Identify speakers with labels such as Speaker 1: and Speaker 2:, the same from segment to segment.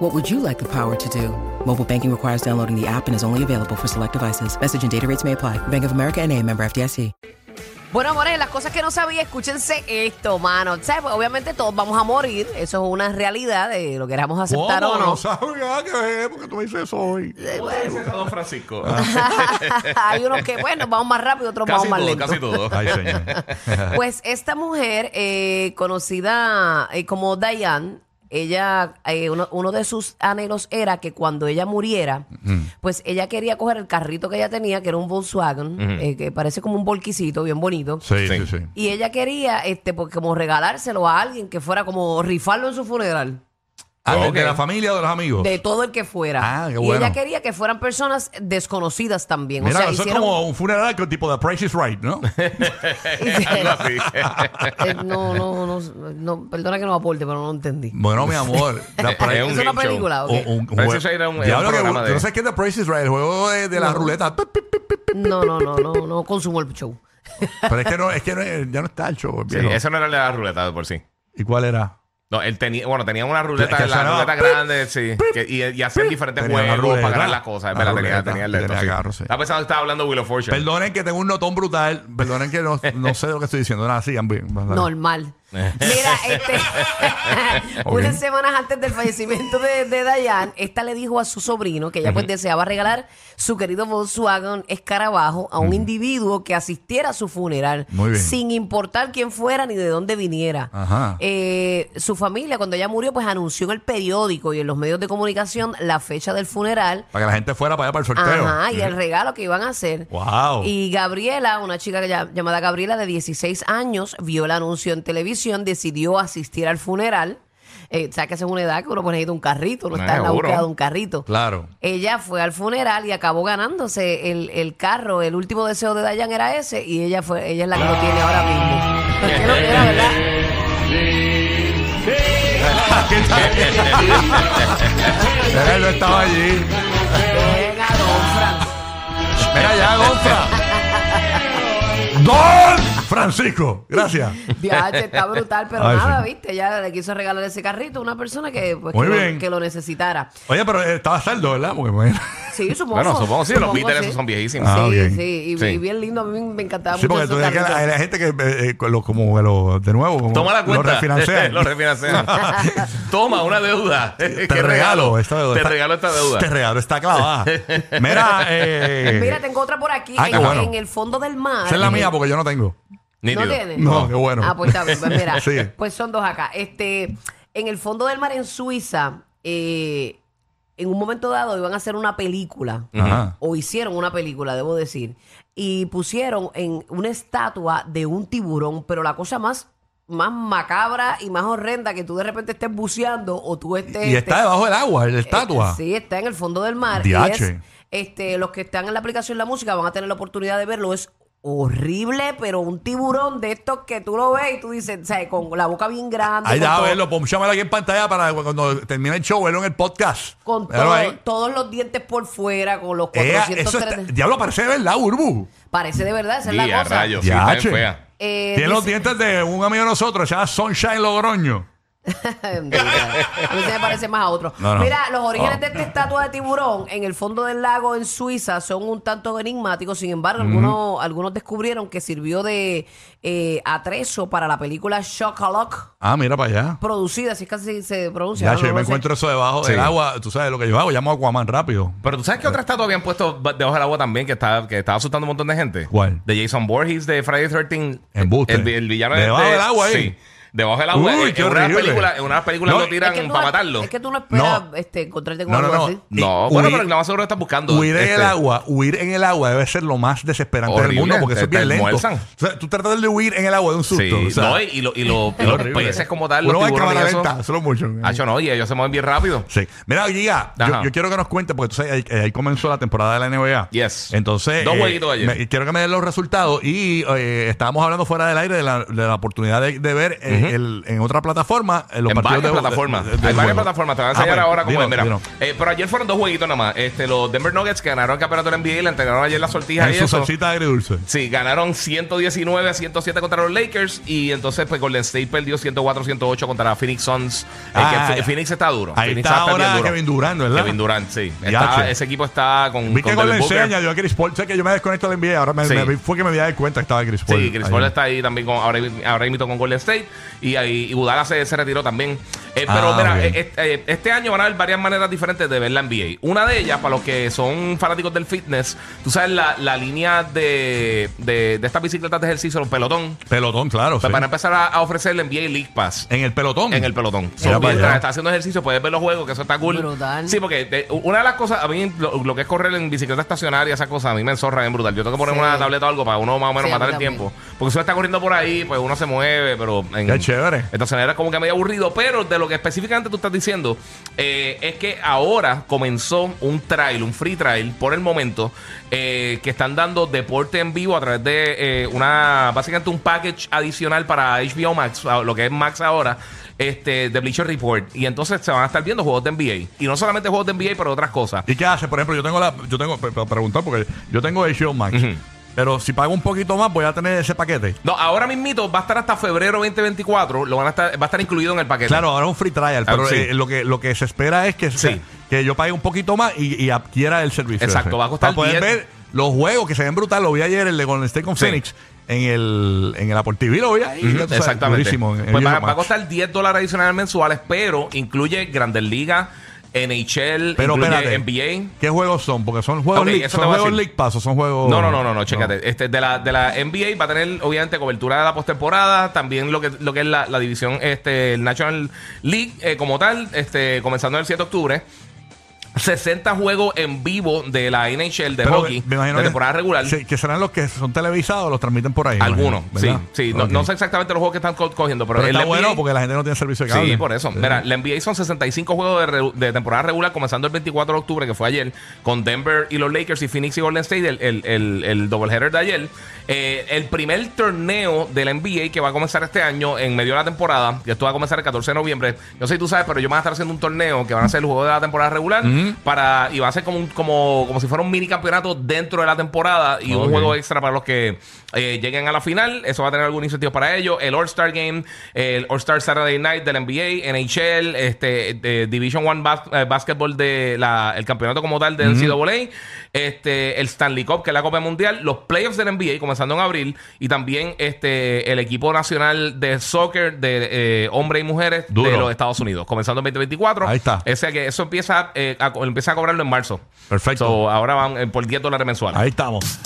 Speaker 1: What would you like the power to do? Mobile banking requires downloading the app and is only available for select devices. Message and data rates may apply. Bank of America and a member FDIC.
Speaker 2: Bueno, amores, las cosas que no sabía, escúchense esto, mano. ¿Sabes? Pues obviamente todos vamos a morir. Eso es una realidad de lo queramos aceptar
Speaker 3: ¿Cómo?
Speaker 2: o no.
Speaker 3: No sabía que porque tú me dices eso hoy.
Speaker 4: Don Francisco.
Speaker 2: Hay unos que, bueno, vamos más rápido, otros
Speaker 4: casi
Speaker 2: vamos más
Speaker 4: todo,
Speaker 2: lento.
Speaker 4: casi todo.
Speaker 3: Ay, señor.
Speaker 2: Pues esta mujer, eh, conocida eh, como Diane, ella, eh, uno, uno de sus anhelos era que cuando ella muriera, pues ella quería coger el carrito que ella tenía, que era un Volkswagen, eh, que parece como un volquicito bien bonito.
Speaker 3: Sí, sí,
Speaker 4: Sí.
Speaker 3: sí.
Speaker 2: Y ella quería, este, pues, como regalárselo a alguien que fuera como rifarlo en su funeral,
Speaker 3: ¿Algo
Speaker 4: Ok.
Speaker 3: de Ah, la familia o de los amigos?
Speaker 2: de todo el que fuera.
Speaker 3: Ah, qué
Speaker 2: Y ella
Speaker 3: bueno.
Speaker 2: quería que fueran personas desconocidas también.
Speaker 3: Mira,
Speaker 2: o sea,
Speaker 3: eso
Speaker 2: hicieron.
Speaker 3: es como un funeral con tipo de Price is Right, ¿no?
Speaker 4: Algo así.
Speaker 2: Eh, no, no, no, no, perdona que no aporte, pero no entendí.
Speaker 3: bueno, mi amor. The Price-
Speaker 4: Es
Speaker 2: Es
Speaker 4: un
Speaker 2: una
Speaker 4: game show.
Speaker 2: película, ¿ok?
Speaker 3: un- un
Speaker 4: Price
Speaker 3: jue-
Speaker 4: is Right era un- era
Speaker 3: Diablo,
Speaker 4: un
Speaker 3: que-
Speaker 4: programa
Speaker 3: ¿Tú no
Speaker 4: de-
Speaker 3: sabes qué es The Price is Right? El juego de, de la ruleta. Pip, pip, pip, pip, pip.
Speaker 2: No, no, no, no, no consumo el show.
Speaker 3: Pero es que, no, es que no, ya no está el show.
Speaker 4: Sí,
Speaker 3: viejo.
Speaker 4: Eso no era la ruleta de por sí.
Speaker 3: ¿Y cuál era?
Speaker 4: No, él tenía, bueno, tenían una ruleta,
Speaker 3: Que- que
Speaker 4: la
Speaker 3: sonaba
Speaker 4: ruleta
Speaker 3: pip,
Speaker 4: grande, sí. que- y, y hacían diferentes
Speaker 3: Tenía una
Speaker 4: juegos
Speaker 3: ruleta,
Speaker 4: para ganar las cosas. Es
Speaker 3: una
Speaker 4: verdad, tenía,
Speaker 3: ruleta,
Speaker 4: tenía el de esto,
Speaker 3: tenía
Speaker 4: sí.
Speaker 3: carro, sí.
Speaker 4: Estaba pensando que estaba hablando de Wheel of Fortune.
Speaker 3: Perdonen que tengo un notón brutal. Perdonen que no, no sé lo que estoy diciendo. Nada, sigan bien.
Speaker 2: Normal. Mira, este, unas semanas antes del fallecimiento de, de Dayan, esta le dijo a su sobrino que ella pues deseaba regalar su querido Volkswagen Escarabajo a un individuo que asistiera a su funeral,
Speaker 3: Mm. Muy bien.
Speaker 2: sin importar quién fuera ni de dónde viniera.
Speaker 3: Ajá.
Speaker 2: Eh, su familia, cuando ella murió, pues anunció en el periódico y en los medios de comunicación la fecha del funeral.
Speaker 3: Para que la gente fuera para allá para el sorteo.
Speaker 2: Ajá, y el regalo que iban a hacer.
Speaker 4: Oh.
Speaker 3: Wow.
Speaker 2: Y Gabriela, una chica que ya- llamada Gabriela de 16 años, vio el anuncio en televisión, decidió asistir al funeral. Eh, o sea, que esa es una edad que uno pone ahí de un carrito, uno
Speaker 4: Ah,
Speaker 2: está en la
Speaker 4: seguro.
Speaker 2: búsqueda de un carrito.
Speaker 3: Claro.
Speaker 2: Ella fue al funeral y acabó ganándose el, el carro. El último deseo de Dayan era ese y ella fue ella es la que lo tiene ahora mismo. Qué lo que era, ¿verdad?
Speaker 3: Mira, yo estaba allí.
Speaker 2: Venga, don Frank.
Speaker 3: Mira ya, Don Fra. Don Francisco. Gracias.
Speaker 2: Diache, está brutal, pero
Speaker 3: Ay,
Speaker 2: nada,
Speaker 3: sí.
Speaker 2: viste. Ella le quiso regalar ese carrito a una persona que, pues,
Speaker 3: Muy
Speaker 2: que, lo,
Speaker 3: bien.
Speaker 2: que lo necesitara.
Speaker 3: Oye, pero eh, estaba saldo, ¿verdad? Porque bueno.
Speaker 2: Sí, supongo.
Speaker 4: Bueno, supongo sí, los Beatles
Speaker 2: sí.
Speaker 4: esos son viejísimos.
Speaker 3: Ah,
Speaker 2: sí,
Speaker 3: bien.
Speaker 2: sí, y,
Speaker 4: Sí.
Speaker 2: y bien lindo, a mí me encantaba
Speaker 3: Sí,
Speaker 2: mucho
Speaker 3: porque
Speaker 2: eso
Speaker 3: tú ves que la,
Speaker 2: también.
Speaker 3: la gente que, eh, eh, con los- como que lo, de nuevo, como
Speaker 4: Toma la cuenta.
Speaker 3: lo refinancian.
Speaker 4: Lo refinancian. Toma una deuda.
Speaker 3: te
Speaker 4: ¿Qué
Speaker 3: regalo esta deuda.
Speaker 4: Te
Speaker 3: Está-
Speaker 4: regalo esta deuda.
Speaker 3: Te regalo esta clavada. Mira, eh,
Speaker 2: Mira, eh, tengo otra por aquí
Speaker 3: Ah, qué
Speaker 2: en,
Speaker 3: bueno.
Speaker 2: en el fondo del mar.
Speaker 3: esa es la mía porque yo no tengo.
Speaker 2: ¿No
Speaker 4: Nítido.
Speaker 2: tienes?
Speaker 3: No, qué bueno.
Speaker 2: Ah, pues está bien, pues mira,
Speaker 3: Sí.
Speaker 2: pues son dos acá. Este, en el fondo del mar en Suiza, eh, en un momento dado iban a hacer una película.
Speaker 3: Ajá.
Speaker 2: o hicieron una película, debo decir, y pusieron en una estatua de un tiburón, pero la cosa más más macabra y más horrenda que tú de repente estés buceando o tú estés
Speaker 3: Y está debajo del agua, la estatua.
Speaker 2: Este, Eh, Sí, está en el fondo del mar.
Speaker 3: Diache.
Speaker 2: Y es, este, los que están en la aplicación La Música van a tener la oportunidad de verlo. Es horrible, pero un tiburón de estos que tú lo ves y tú dices, ¿sabes? con la boca bien grande.
Speaker 3: Ahí eh,
Speaker 2: con
Speaker 3: deja
Speaker 2: todo-
Speaker 3: verlo, ponchámelo aquí en pantalla para cuando termine el show, verlo en el podcast.
Speaker 2: Con
Speaker 3: Míralo
Speaker 2: todo-
Speaker 3: ahí.
Speaker 2: todos los dientes por fuera, con los
Speaker 3: Ea, eso
Speaker 2: 430.
Speaker 3: está- diablo, parece de verdad, Urbu.
Speaker 2: Parece de verdad, esa es
Speaker 4: Y
Speaker 2: la
Speaker 4: a
Speaker 2: cosa.
Speaker 4: rayos, sí,
Speaker 3: Ya,
Speaker 4: está bien
Speaker 3: che.
Speaker 4: fea.
Speaker 2: Eh,
Speaker 3: Tiene los
Speaker 2: dice-
Speaker 3: dientes de un amigo de nosotros, se llama Sunshine Logroño.
Speaker 2: a mí se me parece más a otro.
Speaker 3: No, no.
Speaker 2: Mira, los orígenes
Speaker 3: Oh.
Speaker 2: de esta estatua de tiburón en el fondo del lago en Suiza son un tanto enigmáticos. Sin embargo, algunos, algunos descubrieron que sirvió de eh, atrezo para la película Shock
Speaker 3: Ah, mira para allá.
Speaker 2: producida, si es que así se pronuncia.
Speaker 3: Ya,
Speaker 2: ¿no?
Speaker 3: che, yo
Speaker 2: No
Speaker 3: me
Speaker 2: lo sé.
Speaker 3: encuentro eso debajo
Speaker 4: Sí.
Speaker 3: del agua. Tú sabes lo que yo hago, llamo a Aquaman rápido.
Speaker 4: Pero tú sabes que otra estatua habían puesto ba- debajo del agua también que estaba, que estaba asustando a un montón de gente.
Speaker 3: ¿Cuál?
Speaker 4: De Jason Borges de Friday 13.
Speaker 3: Embuste.
Speaker 4: El, vi- el villano
Speaker 3: Debajo
Speaker 4: de-
Speaker 3: del agua ahí.
Speaker 4: Sí. Debajo del agua.
Speaker 3: Uy,
Speaker 4: en,
Speaker 3: qué
Speaker 4: una
Speaker 3: horrible.
Speaker 4: película, en una película
Speaker 3: No,
Speaker 4: lo tiran
Speaker 2: es que tú
Speaker 4: para
Speaker 2: no-
Speaker 4: matarlo.
Speaker 2: Es que tú no esperas
Speaker 3: No.
Speaker 2: este, encontrarte con
Speaker 3: No, no,
Speaker 2: algo
Speaker 3: no.
Speaker 2: así.
Speaker 4: No,
Speaker 3: Y
Speaker 4: bueno,
Speaker 3: huir-
Speaker 4: pero lo más seguro están buscando.
Speaker 3: Huir en el
Speaker 4: este,
Speaker 3: agua, huir en el agua debe ser lo más desesperante
Speaker 4: Horrible,
Speaker 3: del mundo porque
Speaker 4: te-
Speaker 3: eso es
Speaker 4: te
Speaker 3: bien lento. O
Speaker 4: almuerzan.
Speaker 3: sea, tú tratas de huir en el agua de un susto.
Speaker 4: Sí,
Speaker 3: o sea,
Speaker 4: no, y, y lo- y lo- y los
Speaker 3: horrible.
Speaker 4: peces como tal,
Speaker 3: Uno
Speaker 4: los
Speaker 3: va en
Speaker 4: tiburones
Speaker 3: cámara
Speaker 4: y eso.
Speaker 3: lenta, eso es lo mucho.
Speaker 4: Hacho, no, y ellos se mueven bien rápido.
Speaker 3: Sí. Mira, Giga,
Speaker 4: Ajá.
Speaker 3: yo, yo quiero que nos cuentes, porque tú sabes, ahí, ahí comenzó la temporada de la NBA.
Speaker 4: Yes.
Speaker 3: Entonces, eh,
Speaker 4: Dos jueguitos ayer.
Speaker 3: me- quiero que me den los resultados. Y eh, estábamos hablando fuera del aire de la, de la oportunidad de, de ver eh, el- en otra plataforma eh, los
Speaker 4: en
Speaker 3: partidos
Speaker 4: varias
Speaker 3: de
Speaker 4: plataformas.
Speaker 3: de- del
Speaker 4: Hay varias
Speaker 3: juego.
Speaker 4: plataformas. Te voy a
Speaker 3: Ah,
Speaker 4: enseñar
Speaker 3: pues,
Speaker 4: ahora cómo
Speaker 3: dilo,
Speaker 4: es. Mira,
Speaker 3: dilo.
Speaker 4: Eh, pero ayer fueron dos jueguitos nada más. Este, los Denver Nuggets ganaron el campeonato de la NBA y le entregaron ayer la sortija
Speaker 3: En
Speaker 4: y
Speaker 3: su
Speaker 4: eso. Mm,
Speaker 3: salsita agridulce.
Speaker 4: Sí, ganaron 119 a 107 contra los Lakers y entonces pues Golden State perdió 104 a 108 contra Phoenix Suns. Eh,
Speaker 3: Ah,
Speaker 4: que Ph-
Speaker 3: ya.
Speaker 4: Phoenix está duro.
Speaker 3: Ahí
Speaker 4: Phoenix
Speaker 3: está
Speaker 4: está bien
Speaker 3: ahora
Speaker 4: duro.
Speaker 3: Kevin Durant, ¿verdad?
Speaker 4: Kevin Durant, sí. Está-
Speaker 3: Yache.
Speaker 4: ese equipo está con,
Speaker 3: Vi que
Speaker 4: con
Speaker 3: con la
Speaker 4: Devin Booker.
Speaker 3: enseña, yo a Chris Paul, sé que yo me desconecto de NBA, ahora me,
Speaker 4: Sí.
Speaker 3: me- fue que me di de cuenta que estaba Chris Paul.
Speaker 4: Sí, Chris Paul
Speaker 3: ahí.
Speaker 4: está ahí también con, ahora, ahora mismo con Golden State y, ahí y Udala se, se retiró también. Eh, pero
Speaker 3: Ah,
Speaker 4: mira,
Speaker 3: ok.
Speaker 4: eh, este, eh, este año van a haber varias maneras diferentes de ver la NBA. Una de ellas, para los que son fanáticos del fitness, tú sabes la, la línea de, de, de estas bicicletas de ejercicio, los pelotón,
Speaker 3: Pelotón, claro.
Speaker 4: pues
Speaker 3: sí.
Speaker 4: van a empezar a, a ofrecer el NBA League Pass.
Speaker 3: En el pelotón.
Speaker 4: En el pelotón. So,
Speaker 3: para
Speaker 4: mientras
Speaker 3: allá.
Speaker 4: estás haciendo ejercicio, puedes ver los juegos, que eso está cool.
Speaker 2: Brutal.
Speaker 4: Sí, porque de- una de las cosas, a mí lo, lo que es correr en bicicleta estacionaria, esas cosas, a mí me enzorra bien brutal. Yo tengo que poner
Speaker 2: Sí.
Speaker 4: una tableta o algo para uno más o menos
Speaker 2: Sí, a mí
Speaker 4: matar el
Speaker 2: también.
Speaker 4: tiempo. Porque si uno está corriendo por ahí, pues uno se mueve, pero. En, Este
Speaker 3: Qué chévere.
Speaker 4: Entonces era como que medio aburrido. Pero de lo que específicamente tú estás diciendo, eh, es que ahora comenzó un trail, un free trail, por el momento, eh, que están dando deporte en vivo a través de eh, una. Básicamente un package adicional para HBO Max, a- lo que es Max ahora. Este, de Bleacher Report. Y entonces se van a estar viendo juegos de NBA. Y no solamente juegos de NBA, pero otras cosas.
Speaker 3: ¿Y qué hace? Por ejemplo, yo tengo la. Yo tengo. Para preguntar, porque yo tengo HBO Max. Pero si pago un poquito más, voy a tener ese paquete.
Speaker 4: No, ahora mismito va a estar hasta febrero 2024. Lo van a estar, va a estar incluido en el paquete.
Speaker 3: Claro, ahora es un free trial,
Speaker 4: Ah,
Speaker 3: pero
Speaker 4: sí.
Speaker 3: eh, lo, que, lo que se espera es que,
Speaker 4: Sí.
Speaker 3: que yo pague un poquito más y, y adquiera el servicio.
Speaker 4: Exacto,
Speaker 3: ese.
Speaker 4: va a costar
Speaker 3: Para poder
Speaker 4: 10.
Speaker 3: ver los juegos que se ven brutal. Lo vi ayer, el de Golden State con
Speaker 4: Sí.
Speaker 3: Phoenix, en el, en el Apple TV, lo vi ahí.
Speaker 4: Ujú,
Speaker 3: ya tú sabes,
Speaker 4: Exactamente.
Speaker 3: durísimo, en- en
Speaker 4: pues va,
Speaker 3: HBO
Speaker 4: va a
Speaker 3: Max.
Speaker 4: costar 10 dólares adicionales mensuales, pero incluye Grandes Ligas, NHL,
Speaker 3: Pero
Speaker 4: incluye
Speaker 3: espérate,
Speaker 4: NBA.
Speaker 3: ¿qué juegos son? Porque son juegos
Speaker 4: Ok,
Speaker 3: League,
Speaker 4: eso
Speaker 3: son
Speaker 4: te voy a
Speaker 3: juegos
Speaker 4: decir.
Speaker 3: League Pass o son juegos...
Speaker 4: No, no, no, no, no, chécate. Este, de, la, de la NBA va a tener, obviamente, cobertura de la postemporada, también lo que, lo que es la, la división este, el National League eh, como tal, este, comenzando el 7 de octubre. 60 juegos en vivo de la NHL de
Speaker 3: Pero
Speaker 4: hockey,
Speaker 3: me imagino
Speaker 4: de
Speaker 3: que-
Speaker 4: temporada regular.
Speaker 3: sí, que serán los que son televisados, los transmiten por ahí. me
Speaker 4: Algunos,
Speaker 3: imagino, ¿verdad?
Speaker 4: sí, sí. No,
Speaker 3: Ok.
Speaker 4: no sé exactamente los juegos que están co- cogiendo, pero,
Speaker 3: Pero
Speaker 4: el
Speaker 3: está
Speaker 4: NBA
Speaker 3: bueno porque la gente no tiene servicio de cable.
Speaker 4: Sí, por eso. Mira, la NBA son 65 juegos de, re- de temporada regular, comenzando el 24 de octubre, que fue ayer, con Denver y los Lakers y Phoenix y Golden State, el, el, el, el doubleheader de ayer. Eh, el primer torneo de la NBA que va a comenzar este año, en medio de la temporada, que esto va a comenzar el 14 de noviembre. No sé si tú sabes, pero yo van a estar haciendo un torneo que van a ser el juego de la temporada regular para y va a ser como, un- como, como si fuera un mini campeonato dentro de la temporada y un
Speaker 3: Ok.
Speaker 4: juego extra para los que eh, lleguen a la final. Eso va a tener algún incentivo para ellos. El All-Star Game, el All-Star Saturday Night del NBA, NHL, este, eh, Division One bas- eh, Basketball de la, el campeonato como tal del NCAA, este, el Stanley Cup, que es la Copa Mundial, los playoffs del NBA comenzando en abril y también este, el equipo nacional de soccer de eh, hombres y mujeres de
Speaker 3: Duro.
Speaker 4: los Estados Unidos, comenzando en 2024.
Speaker 3: Ahí está.
Speaker 4: O sea que eso empieza, eh, a, co- empieza a cobrarlo en marzo.
Speaker 3: Perfecto.
Speaker 4: So, ahora van eh, por 10 dólares mensuales.
Speaker 3: Ahí estamos.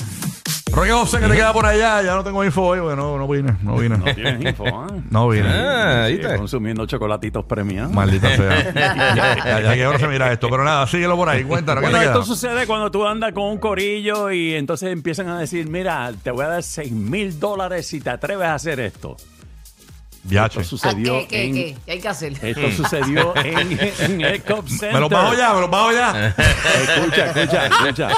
Speaker 3: Roque José, que te queda por allá. Ya no tengo info hoy porque no, no vine. No vine.
Speaker 5: No tienes info, ¿ah?
Speaker 3: No vine.
Speaker 4: Ah,
Speaker 5: Sí,
Speaker 4: ¿viste?
Speaker 5: consumiendo chocolatitos premiados.
Speaker 3: Maldita sea. ya, ya que ahora se mira esto. Pero nada, síguelo por ahí. Cuéntanos. ¿qué
Speaker 5: Bueno,
Speaker 3: te queda?
Speaker 5: esto sucede cuando tú andas con un corillo y entonces empiezan a decir, mira, te voy a dar 6 mil dólares si te atreves a hacer esto.
Speaker 3: Yache.
Speaker 5: Esto sucedió
Speaker 2: Ah, ¿qué, qué,
Speaker 5: en...
Speaker 2: qué? ¿Qué hay que hacer?
Speaker 5: Esto sucedió en, en el Cop Center.
Speaker 3: Me los bajo ya, me los bajo ya.
Speaker 5: Escucha, escucha, escucha.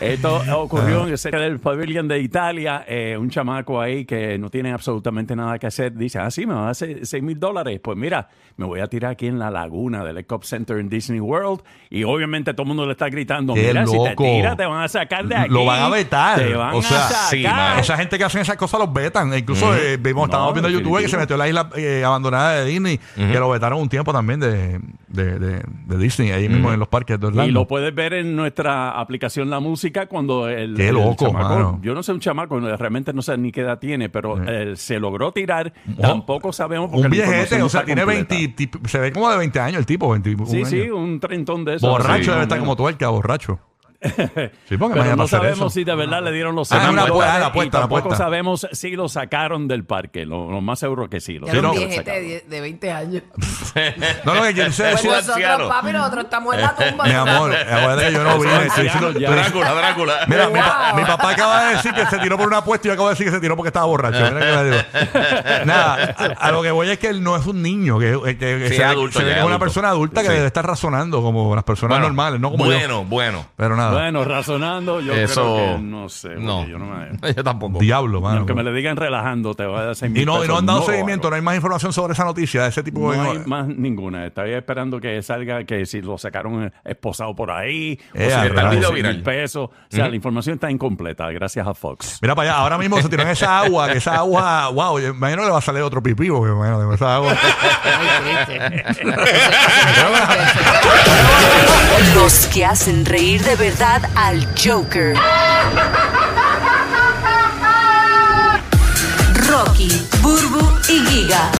Speaker 5: Esto ocurrió en cerca del pabellón de Italia. eh, un chamaco ahí que no tiene absolutamente nada que hacer dice: Ah, sí, me va a hacer 6 mil dólares. Pues mira, me voy a tirar aquí en la laguna del Ecop Center en Disney World. Y obviamente todo el mundo le está gritando:
Speaker 3: Qué
Speaker 5: Mira, si te
Speaker 3: loco.
Speaker 5: tiras, te van a sacar de aquí.
Speaker 3: Lo van a vetar.
Speaker 5: Te van
Speaker 3: O sea,
Speaker 5: a sacar.
Speaker 4: sí, mano.
Speaker 3: Esa gente que hace esas cosas los vetan. E Incluso eh, vimos, estábamos
Speaker 5: Ah. No,
Speaker 3: viendo YouTube que
Speaker 5: definitivo.
Speaker 3: se metió en la isla eh, abandonada de Disney, que lo vetaron un tiempo también de, de, de, de Disney, ahí mismo en los parques de Orlando.
Speaker 5: Y lo puedes ver en nuestra aplicación La Música cuando el,
Speaker 3: Qué
Speaker 5: el
Speaker 3: loco,
Speaker 5: chamaco-
Speaker 3: mano.
Speaker 5: yo no sé un chamaco, no, realmente no sé ni qué edad tiene, pero eh, se logró tirar.
Speaker 3: Ojo.
Speaker 5: Tampoco sabemos porque
Speaker 3: un
Speaker 5: la información
Speaker 3: viejete,
Speaker 5: no
Speaker 3: o sea,
Speaker 5: está
Speaker 3: tiene
Speaker 5: completa.
Speaker 3: 20, tip- se ve como de 20 años el tipo, 21
Speaker 5: Sí, sí,
Speaker 3: años.
Speaker 5: un trentón de esos.
Speaker 3: Borracho
Speaker 5: Sí,
Speaker 3: debe
Speaker 5: más o
Speaker 3: estar
Speaker 5: menos.
Speaker 3: como tuerca, borracho. Sí, porque
Speaker 5: Pero
Speaker 3: mañana va
Speaker 5: no
Speaker 3: a ser
Speaker 5: sabemos
Speaker 3: eso.
Speaker 5: si de verdad le dieron los
Speaker 3: Ah,
Speaker 5: seis
Speaker 3: una
Speaker 5: mil
Speaker 3: apuesta,
Speaker 5: dólares
Speaker 3: la apuesta,
Speaker 5: y
Speaker 3: la
Speaker 5: tampoco
Speaker 3: apuesta.
Speaker 5: sabemos si lo sacaron del parque. Lo, lo más seguro que sí. Lo
Speaker 2: Ya
Speaker 3: Sí,
Speaker 2: era
Speaker 5: sacaron.
Speaker 2: un
Speaker 3: no.
Speaker 2: viejete de, die- de 20 años.
Speaker 3: No, lo que quiero
Speaker 2: Pues
Speaker 3: decir
Speaker 2: nosotros,
Speaker 4: anciano.
Speaker 2: papi, nosotros estamos en la tumba.
Speaker 3: Eh, Mi amor, acuérdate que yo no vine. estoy diciendo-
Speaker 5: Ya.
Speaker 3: estoy-
Speaker 4: Drácula, Drácula.
Speaker 3: Mira, mi, pa-
Speaker 2: Wow.
Speaker 3: mi papá acaba de decir que se tiró por una apuesta y yo acabo de decir que se tiró porque estaba borracho. Mira que le digo. Nada, a, a lo que voy es que él no es un niño, que, eh, que- que
Speaker 4: Sí,
Speaker 3: se,
Speaker 4: adulto,
Speaker 3: se ve
Speaker 4: ya,
Speaker 3: como una
Speaker 4: adulto.
Speaker 3: persona adulta que
Speaker 4: Sí.
Speaker 3: debe estar razonando como las personas
Speaker 4: Bueno,
Speaker 3: normales, no como yo.
Speaker 4: Bueno, bueno.
Speaker 3: Pero nada,
Speaker 5: Bueno, razonando, yo
Speaker 4: Eso-
Speaker 5: creo que no sé. porque
Speaker 4: No.
Speaker 5: Yo no me...
Speaker 4: Yo tampoco.
Speaker 3: diablo,
Speaker 5: Ni
Speaker 3: mano.
Speaker 5: aunque me le digan relajando, te voy a dar seis
Speaker 3: Y
Speaker 5: mil
Speaker 3: no, y no
Speaker 5: pesos.
Speaker 3: han dado
Speaker 5: No,
Speaker 3: seguimiento, no hay más información sobre esa noticia, ese tipo de...
Speaker 5: No hay más ninguna. Estaba esperando que salga, que si lo sacaron esposado por ahí,
Speaker 3: Eh,
Speaker 5: o si
Speaker 3: arreglado.
Speaker 5: le
Speaker 4: Video
Speaker 5: dieron
Speaker 4: viral.
Speaker 5: mil pesos. O sea, la información está incompleta, gracias a Fox.
Speaker 3: Mira para allá, ahora mismo se tiran esa agua, que esa agua, wow, yo imagino que le va a salir otro pipí, porque imagino que esa agua...
Speaker 6: Los que hacen reír de verdad al Joker. Rocky, Burbu y Giga.